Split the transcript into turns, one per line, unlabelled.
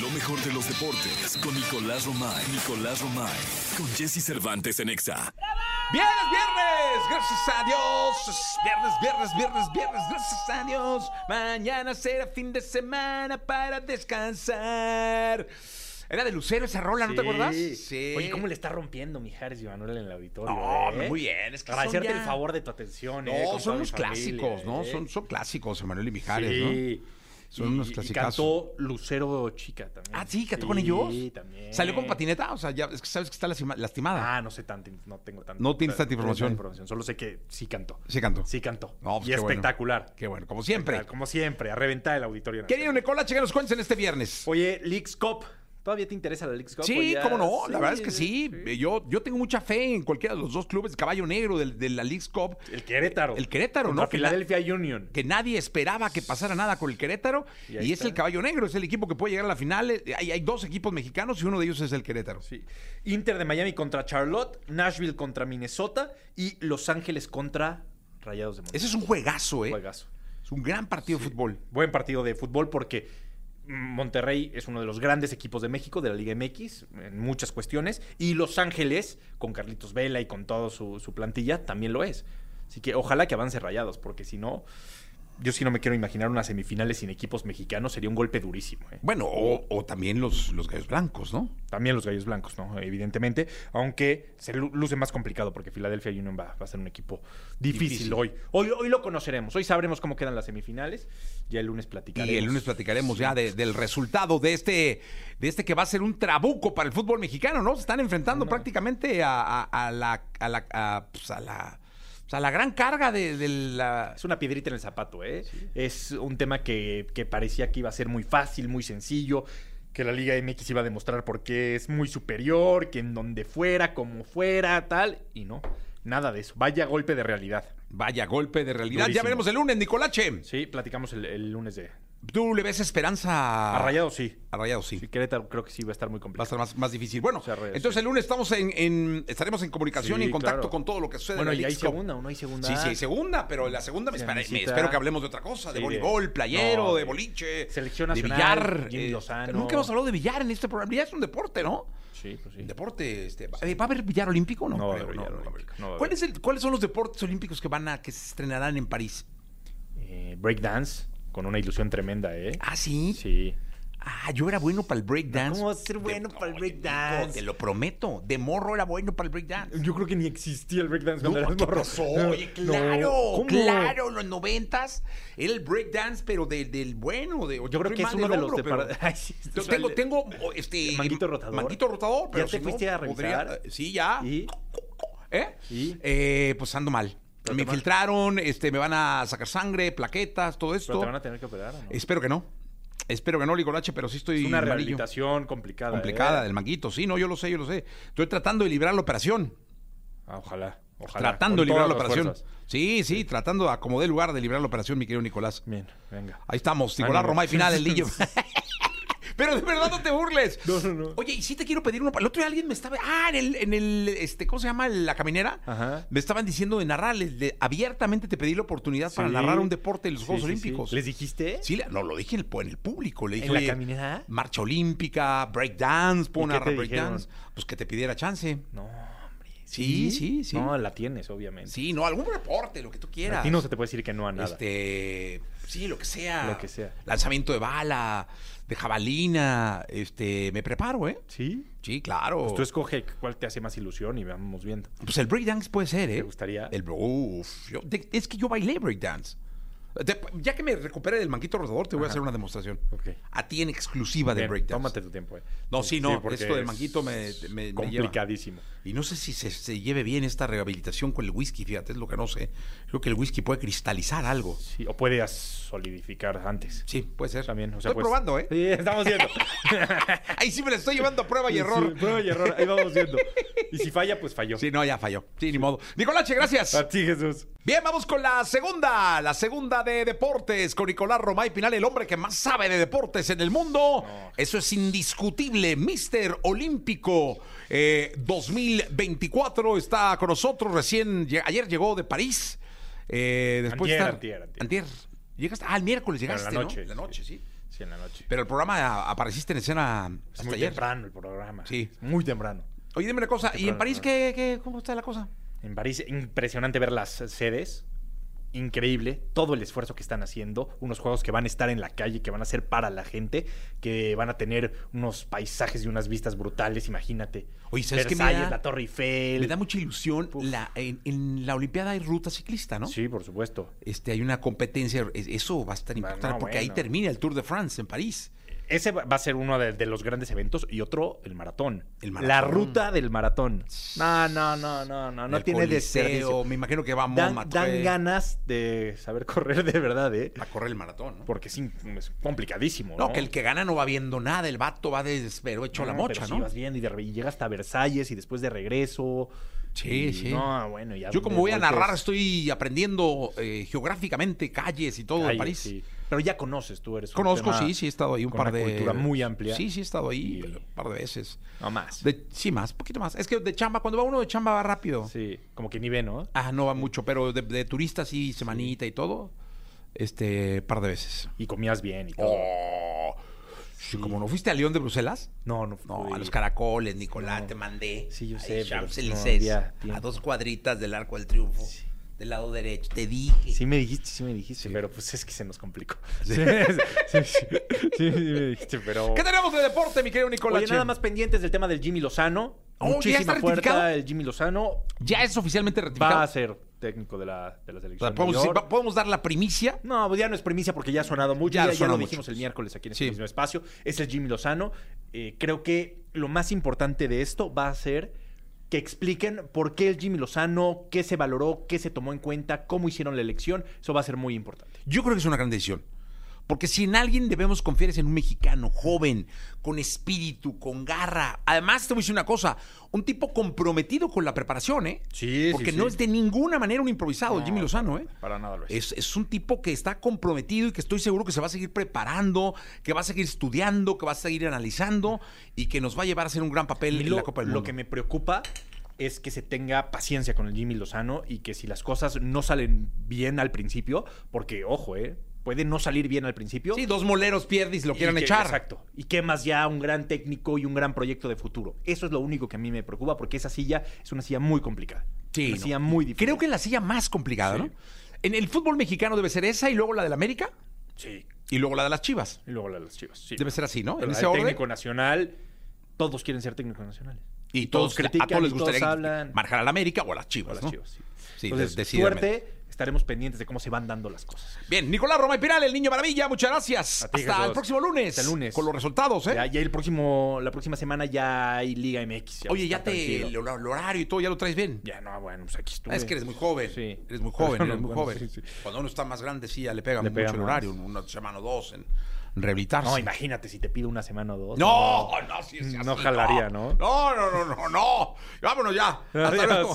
Lo mejor de los deportes con Nicolás Romay. Nicolás Romay. Con Jesse Cervantes en Exa.
Viernes, viernes, gracias a Dios. Viernes, viernes, viernes, viernes, gracias a Dios. Mañana será fin de semana para descansar. Era de Lucero esa rola, ¿no te acuerdas?
Sí. Oye, ¿cómo le está rompiendo Mijares y Manuel en el auditorio?
No,
eh?
muy bien. Es que son
Agradecerte
ya-
el favor de tu atención. eh,
No,
con
son
toda
unos
mi familia,
clásicos, ¿no?
eh.
Son, son clásicos, Emanuel y Mijares,
Sí.
Son
Y-
unos
y-
clasicazos.
Y cantó Lucero Chica también.
¿no? Ah, sí, cantó con ellos.
Sí, también.
Salió con patineta, o sea, ya es que sabes que está lastima- lastimada.
Ah, no sé tanto, no tengo tanto.
No tienes tanta
tengo
información.
Solo sé que sí cantó.
Sí cantó.
Sí cantó.
No, pues
y
qué bueno.
espectacular.
Qué bueno, como siempre.
Como siempre, a reventar el auditorio.
Querido Nicola, chequen los cuentos en este viernes.
Oye, Leaks Cup. ¿Todavía te interesa la Leaks Cup? ¿O
Sí,
ya-
cómo no, la verdad es que sí. Yo, yo tengo mucha fe en cualquiera de los dos clubes, Caballo Negro del- de, la Leagues Cup,
El Querétaro.
El Querétaro,
Contra
¿no? Que la-
Philadelphia Union.
que nadie esperaba que pasara nada con el Querétaro,
Y
y,
ahí
es
está.
el Caballo Negro, es el equipo que puede llegar a la final. Eh, Hay, hay dos equipos mexicanos y uno de ellos es el Querétaro.
Sí. Inter de Miami contra Charlotte, Nashville contra Minnesota y Los Ángeles contra Rayados de Monterrey.
Ese es un juegazo, ¿eh?
Juegazo.
Es un gran partido de fútbol.
Buen partido de fútbol porque Monterrey es uno de los grandes equipos de México, de la Liga MX, en muchas cuestiones. Y Los Ángeles, con Carlitos Vela y con toda su, su plantilla, también lo es. Así que ojalá que avance rayados, porque si no, yo sí no me quiero imaginar unas semifinales sin equipos mexicanos, sería un golpe durísimo. ¿eh?
Bueno, o, o también los, los gallos blancos, ¿no?
También los gallos blancos, ¿no? Evidentemente. Aunque se lu- luce más complicado porque Philadelphia Union va, va a ser un equipo difícil,
Difícil.
hoy. hoy. Hoy lo conoceremos. Hoy sabremos cómo quedan las semifinales. Ya el lunes platicaremos.
Y el lunes platicaremos ya de- del resultado de este, de este que va a ser un trabuco para el fútbol mexicano, ¿no? Se están enfrentando prácticamente a, a- a la, a, la, a, pues, a la, pues, a la gran carga de, de la...
Es una piedrita en el zapato, ¿eh? Es un tema que, que parecía que iba a ser muy fácil, muy sencillo, que la Liga MX iba a demostrar por qué es muy superior, que en donde fuera, como fuera, tal, y no, nada de eso. Vaya golpe de realidad.
Vaya golpe de realidad. Ya
Durísimo.
veremos el lunes, Nicolache.
Sí, platicamos el, el lunes de...
¿Tú le ves esperanza
A Rayados, sí.
A Rayados, Ah. sí.
Sí, Querétaro creo que sí va a estar muy complicado.
Va a estar más, más difícil. Bueno,
sea, Rayados,
entonces el lunes estamos en, en- estaremos en comunicación y
Sí,
en contacto
claro.
con todo lo que sucede.
Bueno,
en la
y hay
Leagues Cup.
segunda, ¿o no hay segunda?
Sí, sí, hay segunda, pero en la segunda me,
Se
espera- me
necesita-
espero que hablemos de otra cosa, de
Sí, de-
voleibol, playero,
no,
de,
de
boliche,
selección
de
nacional,
billar. eh,
Jimmy Lozano.
nunca hemos hablado de billar en este programa. Ya es un deporte, ¿no?
Sí, pues sí.
Un deporte, este, ¿va- ¿va a haber billar olímpico o no?
No va a
creo,
haber billar
va a haber.
olímpico, no va a
¿Cuál
haber.
es el- ¿Cuáles son los deportes olímpicos que van a, que se estrenarán en París?
Eh, breakdance, con una ilusión tremenda, ¿eh?
Ah, sí.
Sí.
Ah, yo era bueno para el breakdance.
¿Cómo vas a ser bueno para el
Oye,
breakdance?
Nico, Te lo prometo. De morro era bueno para el breakdance.
Yo creo que ni existía el breakdance
No,
cuando eras
¿qué
morro.
pasó?
No,
Oye,
no,
claro,
¿cómo?
claro, en los noventas era el breakdance, pero del, del bueno. De,
Yo creo que es uno de los
de
depar- Ay, sí, esto es
tengo,
el-
tengo o, este
Manguito
eh,
rotador.
Manguito rotador, pero
¿Ya te
si
fuiste
no,
a revisar?
eh, sí, ya.
Y-
¿Eh?
¿Y?
Eh, pues ando mal.
Pero
me
te van-
infiltraron, este, me van a sacar sangre, plaquetas, todo
Pero
esto.
te van a tener que operar, ¿o no?
Espero que no. Espero que no, Licolache, pero sí estoy
Es una
amarillo.
rehabilitación complicada. ¿eh?
complicada del manguito. Sí, no, yo lo sé, yo lo sé. Estoy tratando de librar la operación.
Ah, ojalá, ojalá.
Tratando de
Con
librar la
todas las
operación.
fuerzas.
Sí, sí, tratando de acomodar el lugar de librar la operación, mi querido Nicolás.
Bien, venga.
Ahí estamos, Nicolás
Ánimo.
Romay, final del Lillo. Pero de verdad no te burles.
No, no, no.
Oye, y sí te quiero pedir uno. pa- El otro día alguien me estaba. Ah, en el, en el, este, ¿cómo se llama? La caminera.
Ajá.
Me estaban diciendo de narrar. les- de- abiertamente te pedí la oportunidad para
Sí.
narrar un deporte en los
Sí,
Juegos
sí, sí.
Olímpicos.
¿Les dijiste?
Sí, le- no, lo dije en el, pu- en el público. Le dije,
¿En la
oye,
caminera?
Marcha olímpica, breakdance, pon
qué
a
te
breakdance.
dijeron?
Pues que te pidiera chance.
No, hombre.
Sí, sí, sí.
No, la tienes, obviamente.
Sí, no, algún reporte, lo que tú quieras.
A ti no se te puede decir que no a nada.
Este, sí, lo que sea.
Lo que sea.
Lanzamiento de bala, de jabalina, este, me preparo, ¿eh?
¿Sí?
Sí, claro.
Pues tú escoge cuál te hace más ilusión y vamos viendo.
Pues el breakdance puede ser, ¿eh?
¿Te gustaría?
El, uf, yo- de- es que yo bailé breakdance. Te- ya que me recupere del manquito rotador, te voy a
Ajá.
hacer una demostración.
Ok.
A ti en exclusiva de
Bien,
breakdance.
Tómate tu tiempo, eh.
No, sí, no,
porque
esto del
es
manguito me- me- me lleva.
Complicadísimo.
Y no sé si se, se lleve bien esta rehabilitación con el whisky, fíjate, es lo que no sé. Creo que el whisky puede cristalizar algo.
Sí, o puedes solidificar antes.
Sí, puede ser.
También, o sea,
Estoy
pues-
probando, ¿eh?
Sí, estamos viendo.
Ahí sí me la estoy llevando a prueba y
Sí,
error.
prueba y error, ahí vamos viendo. Y si falla, pues falló.
Sí, no, ya falló. Sí, ni modo. Nicolache, gracias.
A ti, Jesús.
Bien, vamos con la segunda, la segunda de deportes, con Nicolás Romay Pinal, el hombre que más sabe de deportes en el mundo.
No.
Eso es indiscutible, Mister Olímpico eh, 2024 está con nosotros, recién, lle- ayer llegó de París, eh, después de
Antier,
estar-
antier, antier.
Antier. Llegaste, ah, el miércoles
Pero en
llegaste,
la noche,
¿no? La noche, sí.
Sí, en la noche.
Pero el programa a- apareciste en escena
Es
hasta
muy
ayer.
temprano el programa.
Sí.
Es Muy temprano.
Oye, dime una cosa, ¿y en
temprano,
París qué, qué- cómo está la cosa?
En París, impresionante ver las sedes. Increíble todo el esfuerzo que están haciendo. Unos juegos que van a estar en la calle, que van a ser para la gente, que van a tener unos paisajes y unas vistas brutales, imagínate.
Oye, ¿sabes qué me
Versalles,
da-
la Torre Eiffel.
Me da mucha ilusión. La, en, en la Olimpiada hay ruta ciclista, ¿no?
Sí, por supuesto.
Este, hay una competencia, es- eso va a estar
Bueno,
importante porque ahí
bueno.
termina el Tour de France en París.
Ese va va a ser uno de, de los grandes eventos y otro, el maratón.
El maratón.
La ruta del maratón. No, no, no, no, no. No
El
tiene
Coliseo, eh.
deseo.
Me imagino que va a
Dan,
Montmartre
dan ganas de saber correr de verdad, ¿eh?
a correr el maratón, ¿no?
Porque es, in- es complicadísimo. No,
No, que el que gana no va viendo nada, el vato va de desespero hecho a la
No,
mocha,
pero
¿no?
Sí, vas viendo y, de re- y llega hasta Versalles y después de regreso.
Sí,
Y
sí.
No, ah, bueno, ya.
Yo como voy a narrar estoy aprendiendo eh, geográficamente calles y todo
en
de París.
Pero ya conoces tú, eres. un
Conozco,
tema-
sí, sí, he estado ahí un
con
par
una
de...
cultura muy amplia.
Sí, sí, he estado ahí
Y-
pero un par de veces.
No más.
De- sí, más, poquito más. Es que de chamba, cuando va uno de chamba va rápido.
Sí, como que ni ve, ¿no?
Ah, no va mucho, pero de, de turista sí, semanita y todo. Este, par de veces.
Y comías bien y todo.
Oh, sí, Como no fuiste a León de Bruselas,
No, no.
No,
fui.
a los caracoles, Nicolás,
No.
te mandé.
Sí, yo
Ahí,
sé, pero
Champs-Élysées,
no había tiempo.
a dos cuadritas del Arco del Triunfo,
Sí.
del lado derecho. Te dije.
Sí me dijiste, sí me dijiste, pero pues es que se nos complicó. Sí, sí, sí, sí, sí me dijiste, pero...
¿Qué tenemos de deporte, mi querido Nicolás?
Oye, nada más pendientes del tema del Jimmy Lozano.
Oh, ¿ya
Muchísima
está
fuerza
ratificado?
el Jimmy Lozano
Ya es oficialmente
va
ratificado.
a ser técnico de la, de la
O
selección
sea, ¿podemos,
mayor.
decir- va- podemos dar la primicia.
No, pues ya no es primicia porque ya ha sonado mucho.
Ya
Ya,
ha
ya
sonado
lo
mucho.
dijimos el miércoles aquí en
Sí.
este mismo espacio. Es el Jimmy Lozano. Eh, creo que lo más importante de esto va a ser que expliquen por qué el Jimmy Lozano, qué se valoró, qué se tomó en cuenta, cómo hicieron la elección. Eso va a ser muy importante.
Yo creo que es una gran decisión. Porque si en alguien debemos confiar es en un mexicano joven, con espíritu, con garra. Además, te voy a decir una cosa, un tipo comprometido con la preparación, ¿eh?
Sí, sí,
Porque
sí.
no es de ninguna manera un improvisado, el Jimmy Lozano, ¿eh?
Para nada lo
Es, es un tipo que está comprometido y que estoy seguro que se va a seguir preparando, que va a seguir estudiando, que va a seguir analizando y que nos va a llevar a hacer un gran papel
Y
en
lo,
la Copa del
lo
Mundo.
que me preocupa es que se tenga paciencia con el Jimmy Lozano y que si las cosas no salen bien al principio, porque ojo, eh, puede no salir bien al principio.
Sí, dos moleros pierdes, lo
y
quieran
que-
echar.
Exacto. Y quemas ya un gran técnico y un gran proyecto de futuro. Eso es lo único que a mí me preocupa porque esa silla es una silla muy complicada.
Sí,
Una
no.
silla muy difícil.
Creo que es la silla más complicada,
Sí.
¿no? En el fútbol mexicano debe ser esa y luego la del América
Sí.
y luego la de las Chivas.
Y luego la de las chivas. sí.
Debe ser así, ¿no?
Pero
En
la
ese
del
orden.
técnico nacional, todos quieren ser técnicos nacionales.
Y todos, a todos les gustaría que- marcar al América o a las
a
Chivas,
las
¿no?
chivas. sí.
Sí,
Entonces,
de- decididamente.
suerte, estaremos pendientes de cómo se van dando las cosas.
Bien, Nicolás Roma y Piral, el niño maravilla, muchas gracias.
A ti,
Hasta
Jesús.
el próximo lunes.
Hasta el lunes.
Con los resultados, ¿eh?
Ya, ya el próximo, la próxima semana ya hay Liga MX.
Oye, ya
está
te. El,
tranquilo.
el horario y todo, ya lo traes bien.
Ya, no, bueno, pues aquí estuve.
Ah, es que eres muy joven.
Sí.
Eres muy joven, eres muy
Bueno,
joven.
sí, sí.
Cuando uno está más grande, sí, ya le pega
Le
mucho
pega
el
más.
horario, una semana o dos en rehabilitarse.
No, imagínate si te pido una semana o dos.
No, no, sí, sí,
No
así,
jalaría, ¿no.
No, no, no, no, no. Vámonos ya. Hasta
Adiós.
luego.